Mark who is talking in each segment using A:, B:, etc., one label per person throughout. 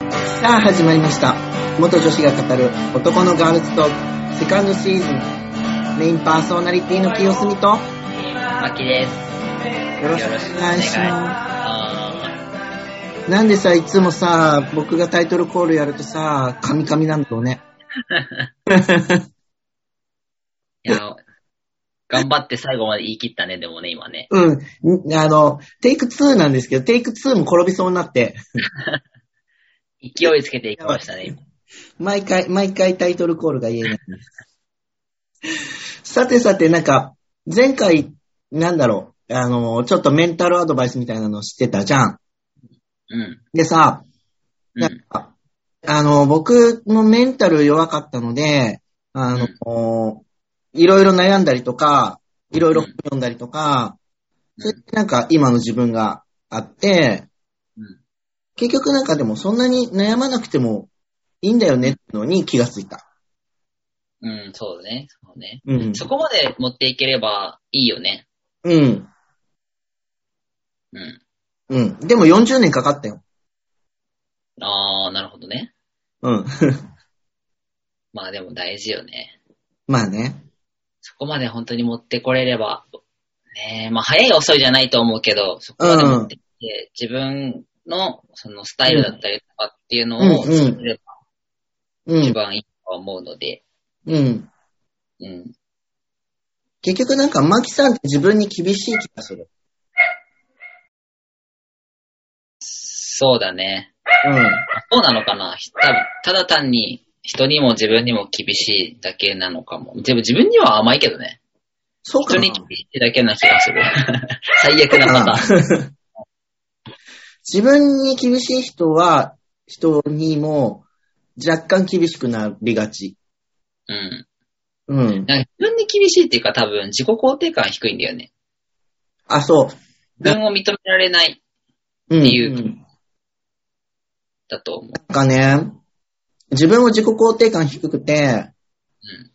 A: さあ始まりました元女子が語る男のガールズトークセカンドシーズンメインパーソナリティの清澄とよ
B: マッキーです。
A: ろしくお願いしま
B: あ
A: すなんでさいつもさ僕がタイトルコールやるとさカミカミなんだろうね
B: ーいや、頑張って最後まで言い切ったね、でもね、今ね。
A: うんんあのテイク2なんですけどテイク2も転びそうになって
B: 勢いつけていきましたね、今。
A: 毎回毎回タイトルコールが言えないさてさてなんか前回なんだろうあのちょっとメンタルアドバイスみたいなのしてたじゃん
B: うん。
A: でさ、
B: う
A: なん
B: ん。
A: か、あの、僕のメンタル弱かったので、あの、いろいろ悩んだりとか、いろいろ本読んだりとか、
B: うん
A: それでなんか今の自分があって、
B: うん
A: 結局なんかでもそんなに悩まなくてもいいんだよねってのに気がついた。
B: うん、そうだね。そうね。
A: うん。
B: そこまで持っていければいいよね。
A: うん。
B: うん。
A: うん。でも40年かかったよ。
B: あー、なるほどね。
A: うん。
B: まあでも大事よね。
A: まあね。
B: そこまで本当に持ってこれれば、ねえ、まあ早い遅いじゃないと思うけど、そこまで持ってきて、自分のそのスタイルだったりとかっていうのを
A: うんうん
B: 作れば
A: う
B: 一
A: ん。
B: 番いいとは思うので、
A: うん。
B: うん。
A: 結局なんか、マキさんって自分に厳しい気がする。
B: そうだね。
A: うん。
B: そうなのかなひ多分ただ単に人にも自分にも厳しいだけなのかも。でも自分には甘いけどね。
A: そうか
B: 人
A: な。
B: に厳しいだけな気がする。最悪なパターン。
A: 自分に厳しい人は、人にも若干厳しくなりがち。
B: うん。
A: うん。
B: なんか自分に厳しいっていうか多分自己肯定感低いんだよね。
A: あ、そ。
B: 自分を認められないう
A: うん。
B: っていうんだと思う。
A: なんかね、自分を自己肯定感低くて、
B: うん。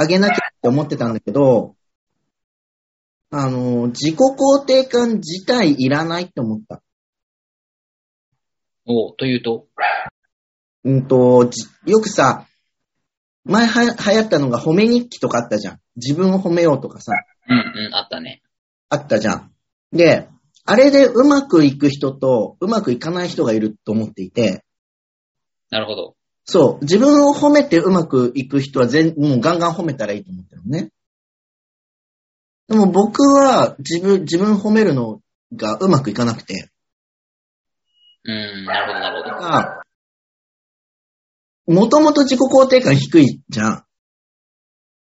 A: 上げなきゃって思ってたんだけど、あの、自己肯定感自体いらないって思った。
B: おうというと。
A: うんと、じよくさ、前は流行ったのが褒め日記とかあったじゃん。自分を褒めようとかさ。
B: うんうん、あったね。
A: あったじゃん。で、あれでうまくいく人とうまくいかない人がいると思っていて、
B: なるほど。
A: そう、自分を褒めてうまくいく人は全、もうガンガン褒めたらいいと思ってるのね。でも僕は自分、自分褒めるのがうまくいかなくて、
B: うん、なるほど、なるほど。
A: あもともと自己肯定感低いじゃん。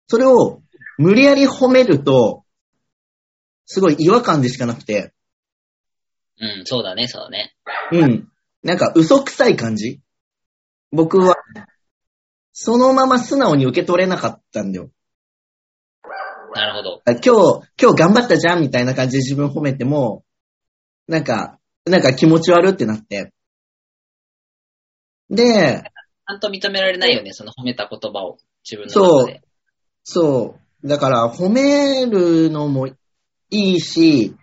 A: それを無理やり褒めると、すごい違和感でしかなくて、
B: うん、そうだね、そうだね。
A: うん。なんか嘘くさい感じ僕は、そのまま素直に受け取れなかったんだよ。
B: なるほど。
A: あ今日、今日頑張ったじゃんみたいな感じで自分褒めても、なんか、なんか気持ち悪ってなって。で、
B: ちゃんと認められないよね、その褒めた言葉を。自分の
A: そう
B: 中で。
A: そう。だから褒めるのもいいし、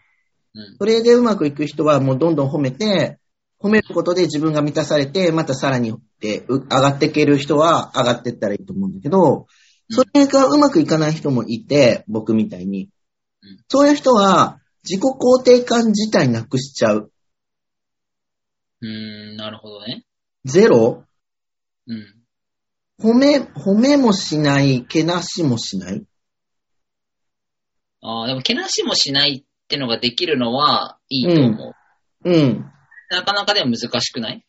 B: うん。
A: それでうまくいく人はもうどんどん褒めて、褒めることで自分が満たされて、またさらにってう上がっていける人は上がっていったらいいと思うんだけど、それがうまくいかない人もいて、僕みたいに
B: うん。
A: そういう人は自己肯定感自体なくしちゃう。
B: うーん、なるほどね。
A: ゼロ
B: うん。
A: 褒め、褒めもしない、けなしもしない。
B: ああ、でも、けなしもしないってのができるのはいいと思う。
A: うん。
B: なかなかでも難しくない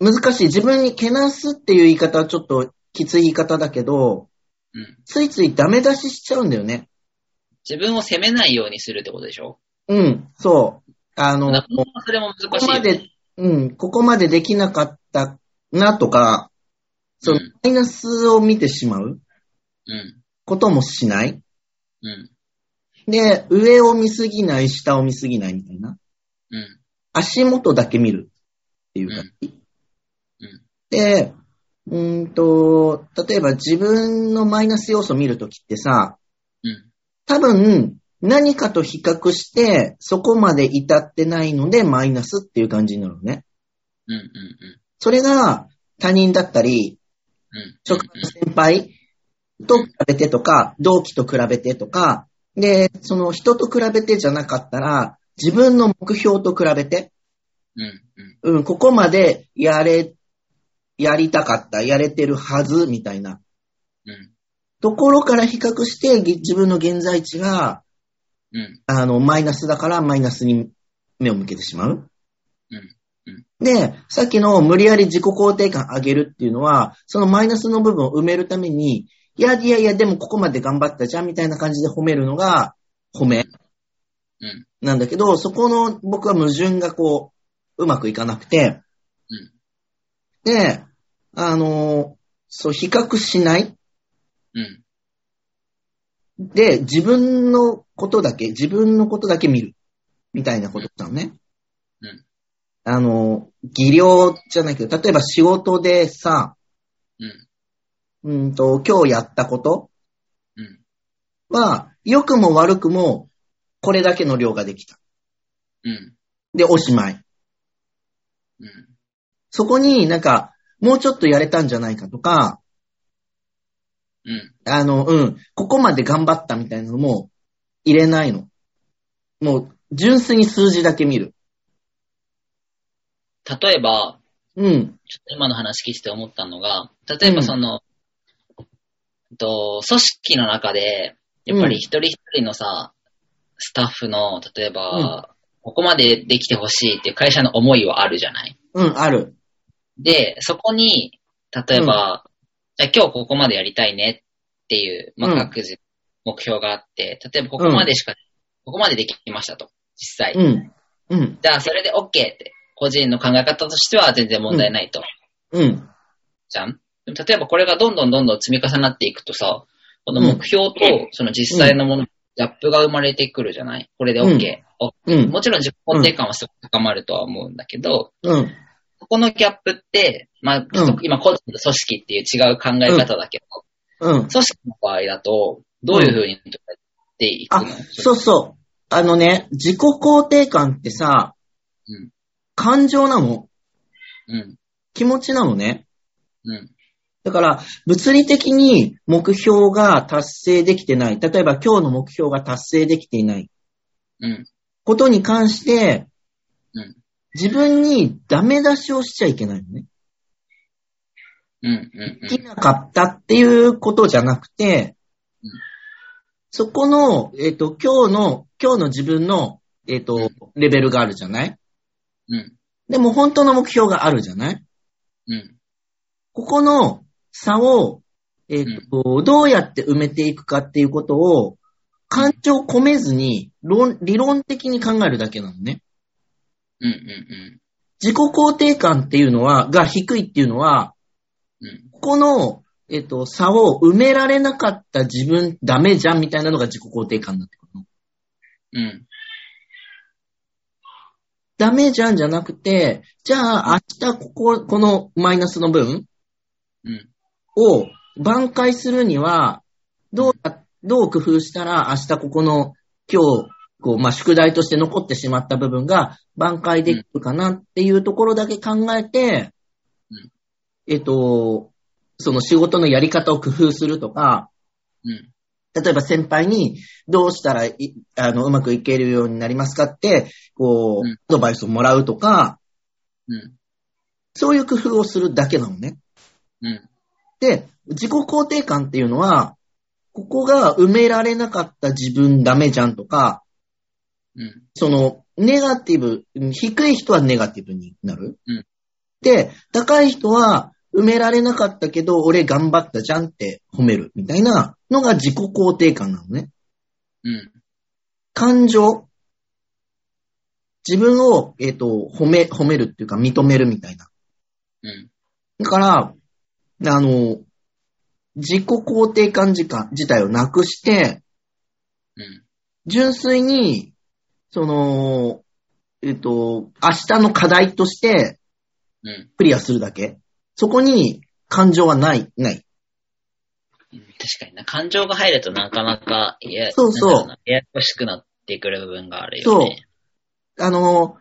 A: 難しい。自分にけなすっていう言い方はちょっときつい言い方だけど、
B: うん。
A: ついついダメ出ししちゃうんだよね。
B: 自分を責めないようにするってことでしょ
A: うん、そう。あの、
B: なかな
A: こ
B: かそれも難し
A: こ
B: いよ、
A: まで
B: ね。、
A: うん、ここまでできなかったなとか、その
B: うん
A: マイナスを見てしまう
B: うん。
A: こともしない。
B: うん。
A: で、上を見すぎない、下を見すぎないみたいな。
B: うん。
A: 足元だけ見るっていう
B: う
A: か。
B: ん。うん。
A: で、うーんと、例えば自分のマイナス要素見るときってさ、
B: うん。
A: 多分何かと比較してそこまで至ってないのでマイナスっていう感じになるのね。
B: うん。うん。
A: それが他人だったり、
B: うん。
A: 職場の先輩と比べてとか、同期と比べてとか、で、その人と比べてじゃなかったら、自分の目標と比べて、
B: うん。うん。
A: うん、ここまでやれ、やりたかった、やれてるはず、みたいな
B: うん。
A: ところから比較して、ぎ自分の現在地が、
B: うん。
A: あの、マイナスだから、マイナスに目を向けてしまう。
B: うん。
A: で、さっきの無理やり自己肯定感上げるっていうのは、そのマイナスの部分を埋めるために、いやいやいや、でもここまで頑張ったじゃんみたいな感じで褒めるのが褒め
B: うん。
A: なんだけど、そこの僕は矛盾がこう、うまくいかなくて、
B: うん
A: で、あの、そう、比較しない。
B: うん。
A: で、自分のことだけ、自分のことだけ見る。みたいなことだのね。
B: うん
A: あの、技量じゃないけど、例えば仕事でさ、
B: うん。
A: うんと、今日やったこと
B: うん。
A: は、良くも悪くも、これだけの量ができた。
B: うん。
A: で、おしまい。
B: うん。
A: そこになんか、もうちょっとやれたんじゃないかとか、
B: うん。
A: あの、うん、ここまで頑張ったみたいなのも入れないの。もう、純粋に数字だけ見る。
B: 例えば、
A: うん、
B: ちょっと今の話聞いてて思ったのが、例えばその、えっと組織の中で、やっぱり一人一人のさ、スタッフの、例えば、ここまでできてほしいっていう会社の思いはあるじゃない。
A: うん、ある。
B: で、そこに、例えば、じゃあ今日ここまでやりたいねっていう、ま
A: うん
B: あ、各自目標があって、例えばここまでしか、ここまでできましたと、実際。
A: うん、うん、
B: じゃあそれで OK って、個人の考え方としては全然問題ないと。
A: うん、
B: じゃんでも例えばこれがどんどんどんどん積み重なっていくとさ、この目標とその実際のもの、ギャップが生まれてくるじゃないこれで OK、
A: うん
B: お
A: うん、
B: もちろん自己肯定感はすごく高まるとは思うんだけど、
A: うん、
B: ここのギャップって、まあ、
A: うん
B: 今個人と組織っていう違う考え方だけ
A: う
B: ど、
A: ん。
B: 組織の場合だと、どういう風に捉えていくの、
A: あ、そうそう。あのね、自己肯定感ってさ、
B: うん
A: 感情なの
B: うん。
A: 気持ちなのね。
B: うん。
A: だから、物理的に目標が達成できてない。例えば今日の目標が達成できていない
B: うん。
A: ことに関して、
B: うん
A: 自分にダメ出しをしちゃいけないのね。
B: うん。うん。
A: できなかったっていうことじゃなくて
B: うん、
A: そこの、えっ、と、今日の、今日の自分の、えっ、と、レベルがあるじゃない
B: うん。
A: でも本当の目標があるじゃない
B: うん。
A: ここの差を、えっ、と、どうやって埋めていくかっていうことを、感情を込めずに、論理論的に考えるだけなのね。
B: うん。うん。
A: 自己肯定感っていうのは、が低いっていうのは、
B: うん。
A: ここの、えっ、と、差を埋められなかった自分ダメじゃんみたいなのが自己肯定感だってこと。
B: うん。
A: ダメじゃんじゃなくて、じゃあ明日ここ、このマイナスの分、
B: うん。
A: を挽回するには、どうや、どう工夫したら明日ここの今日、こう、まあ、宿題として残ってしまった部分が挽回できるかなっていうところだけ考えて、
B: うん
A: えっと、その仕事のやり方を工夫するとか、
B: うん。
A: 例えば先輩にどうしたらいあのうまくいけるようになりますかって、こう、
B: うん
A: アドバイスをもらうとか、
B: うん。
A: そういう工夫をするだけなのね。
B: うん。
A: で、自己肯定感っていうのは、ここが埋められなかった自分ダメじゃんとか、
B: うん。
A: その、ネガティブ、うん低い人はネガティブになる。
B: うん
A: で、高い人は埋められなかったけど、俺頑張ったじゃんって褒めるみたいなのが自己肯定感なのね。
B: うん。
A: 感情。自分を、えっ、と、褒め、褒めるっていうか認めるみたいな。
B: うん。
A: だから、あの、自己肯定感時間自体をなくして、
B: うん。
A: 純粋に、その、えっと、明日の課題として
B: うん。
A: クリアするだけ。そこに感情はない、ない。
B: 確かにな。感情が入るとなかなか、いや、
A: そうそう
B: なんだろなややこしくなってくる部分があるよね。
A: あの、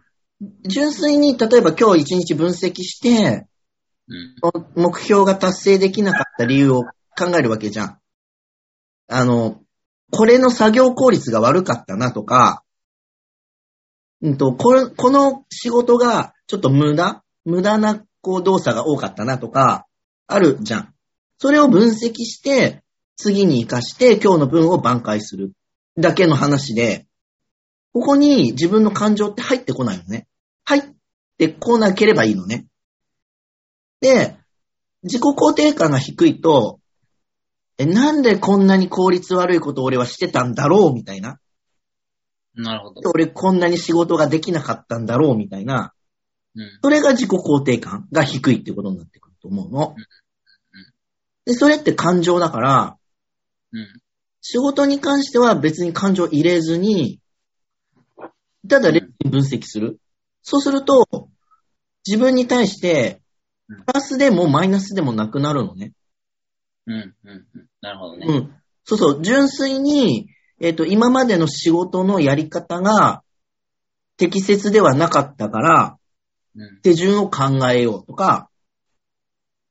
A: 純粋に、例えば今日一日分析して、
B: うん。
A: 目標が達成できなかった理由を考えるわけじゃん。あの、これの作業効率が悪かったなとか、うんと、これ、この仕事がちょっと無駄無駄なこう動作が多かったなとか、あるじゃん。それを分析して、次に活かして今日の分を挽回するだけの話で、ここに自分の感情って入ってこないのね。入ってこなければいいのね。で、自己肯定感が低いと、え、なんでこんなに効率悪いことを俺はしてたんだろうみたいな。
B: なるほど
A: で。俺こんなに仕事ができなかったんだろうみたいな。
B: うん。
A: それが自己肯定感が低いってことになってくると思うの。で、それって感情だから、
B: うん。
A: 仕事に関しては別に感情入れずに、ただ冷静に分析する。そうすると、自分に対して
B: うん、
A: プラスでもマイナスでもなくなるのね。
B: うん。うん。うんなるほどね。
A: うん。そうそう。純粋に、えっ、と、今までの仕事のやり方が適切ではなかったから、
B: うん。
A: 手順を考えようとか、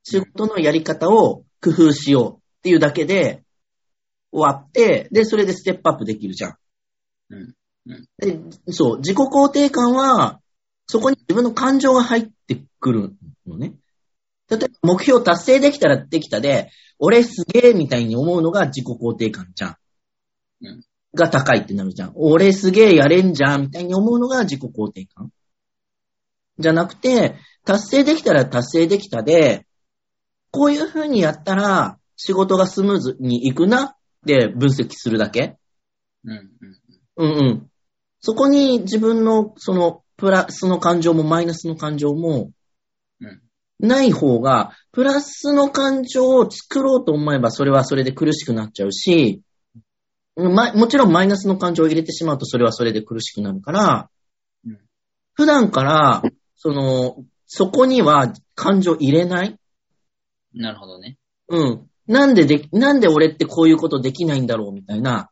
A: 仕事のやり方を工夫しようっていうだけで終わって、で、それでステップアップできるじゃん。
B: うん。
A: でそう、自己肯定感は、そこに自分の感情が入ってくるのね。例えば、目標達成できたらできたで、俺すげえみたいに思うのが自己肯定感じゃん。
B: うん
A: が高いってなるじゃん。俺すげえやれんじゃんみたいに思うのが自己肯定感。じゃなくて、達成できたら達成できたで、こういう風にやったら仕事がスムーズにいくなって分析するだけ。
B: うん。
A: う
B: うん。
A: んうん。そこに自分のそのプラスの感情もマイナスの感情も
B: うん
A: ない方が、プラスの感情を作ろうと思えばそれはそれで苦しくなっちゃうし、うんま、もちろんマイナスの感情を入れてしまうとそれはそれで苦しくなるから
B: うん、
A: 普段から、その、そこには感情入れない
B: なるほどね。
A: うん。なんででき、なんで俺ってこういうことできないんだろうみたいな。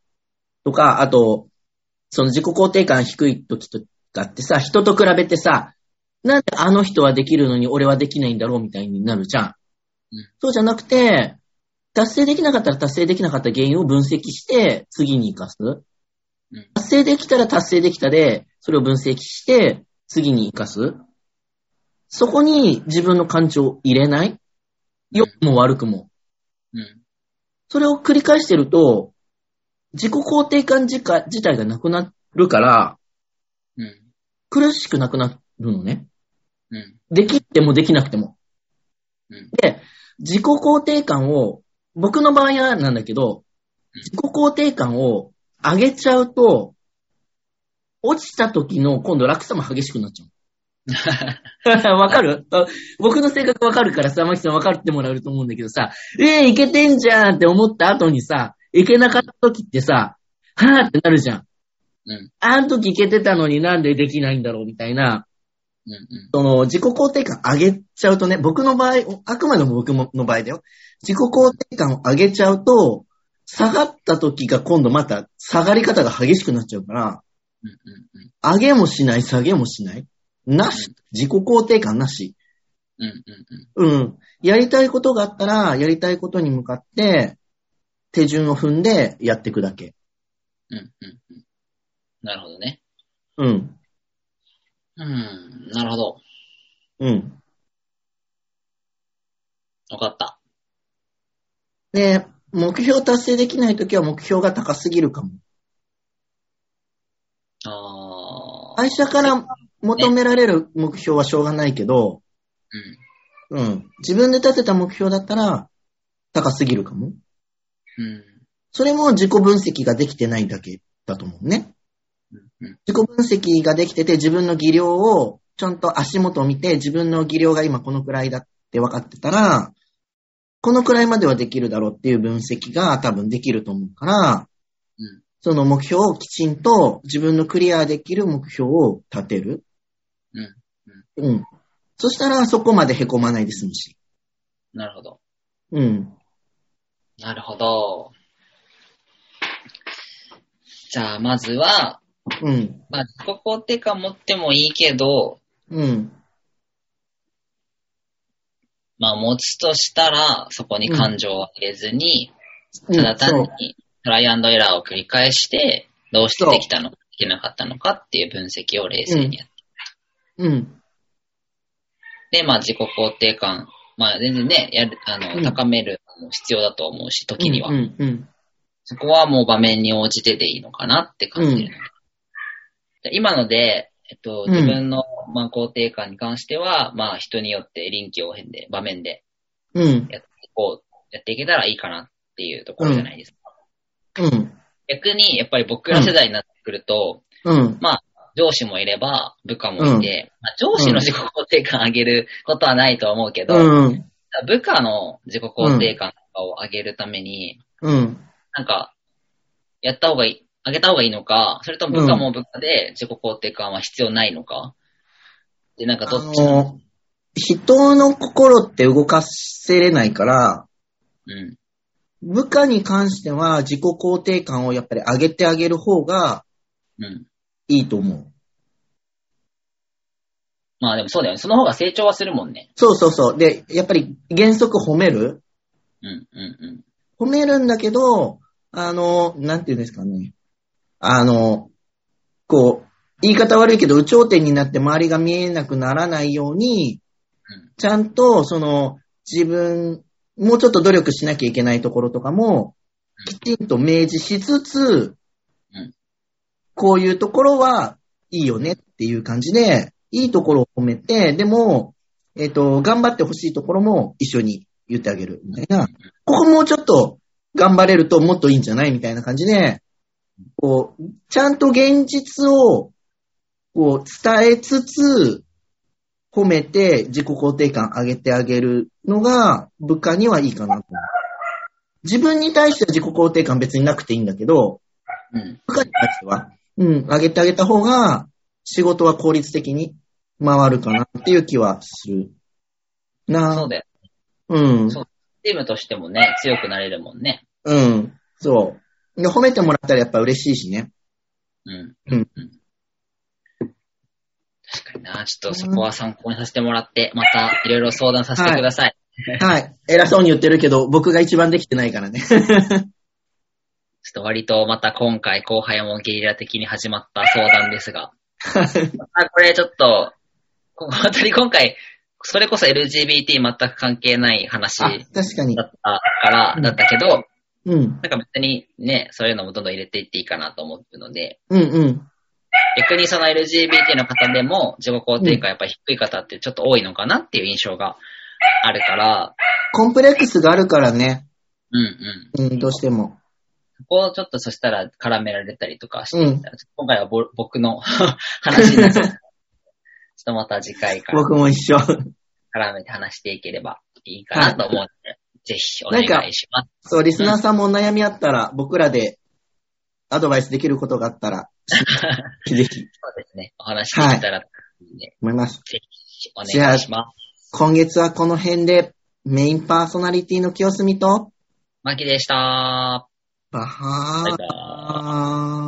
A: とか、あと、その自己肯定感低い時とかってさ、人と比べてさ、なんであの人はできるのに俺はできないんだろうみたいになるじゃん
B: うん。
A: そうじゃなくて、達成できなかったら達成できなかった原因を分析して、次に活かす
B: ん。
A: 達成できたら達成できたで、それを分析して、次に活かす。そこに自分の感情を入れない良くも悪くも。
B: うん。
A: それを繰り返してると、自己肯定感自か自体がなくなるから、
B: うん。
A: 苦しくなくなるのね。
B: うん。
A: できてもできなくても。
B: うん
A: で、自己肯定感を、僕の場合はなんだけど、
B: うん
A: 自己肯定感を上げちゃうと、落ちた時の今度落差も激しくなっちゃう。 わかるあ僕の性格わかるからさ、マキさんわかってもらえると思うんだけどさ、えー、いけてんじゃんって思った後にさ、いけなかった時ってさ、はーってなるじゃん。
B: うん。
A: あの時いけてたのになんでできないんだろうみたいな、
B: うん。うん。
A: その自己肯定感上げちゃうとね、僕の場合、あくまでも僕の場合だよ。自己肯定感を上げちゃうと、下がった時が今度また下がり方が激しくなっちゃうから、
B: うん。うん。
A: 上げもしない、下げもしない。なし。自己肯定感なし。
B: うん。うん。
A: うん。やりたいことがあったら、やりたいことに向かって、手順を踏んでやっていくだけ。
B: うん。うん。うん。なるほどね。
A: うん。
B: うん。なるほど。
A: うん。
B: わかった。
A: で、目標達成できないときは目標が高すぎるかも。
B: あー。
A: 会社から求められる目標はしょうがないけど、うん。自分で立てた目標だったら、高すぎるかも。
B: うん。うん。
A: それも自己分析ができてないだけだと思うね。
B: うん
A: 自己分析ができてて、自分の技量を、ちゃんと足元を見て、自分の技量が今このくらいだって分かってたら、このくらいまではできるだろうっていう分析が多分できると思うから、
B: うん
A: その目標をきちんと自分のクリアできる目標を立てる。
B: うん
A: うん。そしたらそこまで凹まないで済むし。
B: なるほど。
A: うん。
B: なるほど。じゃあ、まずは、
A: うん。
B: まあ、自己肯定感持ってもいいけど、
A: うん。
B: まあ持つとしたら、そこに感情を入れずに、
A: うん
B: ただ単
A: そう
B: にトライアンドエラーを繰り返して、どうして
A: そう
B: できたのか、できなかったのかっていう分析を冷静にやっ
A: うん。
B: て、まあ自己肯定感、まあ全然ね、やる、あの、
A: うん
B: 高めるのも必要だと思うし、時には。
A: うん、うん。
B: そこはもう場面に応じてでいいのかなって感じるので、で今ので、えっと、
A: うん
B: 自分の、まあ、肯定感に関しては、まあ、人によって臨機応変で、場面で
A: うん。
B: やっていこう、やっていけたらいいかなっていうところじゃないですか。
A: うん。
B: 逆に、やっぱり僕ら世代になってくると、
A: うん。
B: 上司もいれば、部下もいて、まあ、上司の自己肯定感上げることはないとは思うけど、
A: うん。
B: 部下の自己肯定感とかを上げるために、
A: うん。
B: なんか、やった方がいい、あげた方がいいのか、それとも部下も部下で自己肯定感は必要ないのか。で、なんか
A: あ
B: どっちなの
A: の、人の心って動かせれないから、
B: うん。
A: 部下に関しては自己肯定感をやっぱり上げてあげる方が
B: うん。
A: いいと思う。
B: まあでもそうだよね。その方が成長はするもんね。
A: そうそうそう。で、やっぱり原則褒める
B: うん、うん、
A: 褒めるんだけど、あの、なんていうんですかね。あの、こう、言い方悪いけど、有頂天になって周りが見えなくならないように、
B: うん
A: ちゃんと、その、自分、もうちょっと努力しなきゃいけないところとかも、きちんと明示しつつ、
B: うん
A: こういうところはいいよねっていう感じで、いいところを褒めて、でも、えっ、と、頑張ってほしいところも一緒に言ってあげるみたいな。ここもうちょっと頑張れるともっといいんじゃないみたいな感じで、こう、ちゃんと現実を、こう、伝えつつ、褒めて自己肯定感上げてあげるのが部下にはいいかなと思う。自分に対しては自己肯定感別になくていいんだけど、
B: うん。うん。
A: 部下に対しては、うん、上げてあげた方が仕事は効率的に回るかなっていう気はする。な
B: そう
A: ぁ。
B: だよ。
A: うん。
B: そうチームとしてもね、強くなれるもんね。
A: うん。そう。で、褒めてもらったらやっぱ嬉しいしね。
B: うん。
A: うん。
B: 確かにな。ちょっとそこは参考にさせてもらって、またいろいろ相談させてください。
A: はい。偉そうに言ってるけど、僕が一番できてないからね。
B: ちょっと割とまた今回後輩もゲリラ的に始まった相談ですが。あ、これちょっと、ここ本当に今回、それこそ LGBT 全く関係ない話
A: あ
B: だ、
A: 確かに。
B: ったから、
A: うん
B: だったけど、
A: うん。
B: なんか別にね、そういうのもどんどん入れていっていいかなと思うので、
A: うんうん。
B: 逆にその LGBT の方でも自己肯定感やっぱり低い方ってちょっと多いのかなっていう印象があるから、
A: コンプレックスがあるからね。
B: うんうん。
A: うん、どうしても。
B: そこをちょっとそしたら絡められたりとかして
A: うん。
B: 今回はぼ僕の 話になっちゃった。ちょっとまた次回から
A: 僕も一緒。
B: 絡めて話していければいいかなと思うので、ぜひお願いします。
A: そう、リスナーさんもお悩みあったら、僕らでアドバイスできることがあった ら、ぜひ、
B: そうですね。お話できたら、ね
A: 思います。
B: ぜひお願いします。
A: 今月はこの辺で、メインパーソナリティの清澄と、
B: マキでした。
A: バハ
B: バイ
A: ー。
B: バーイ。
A: あー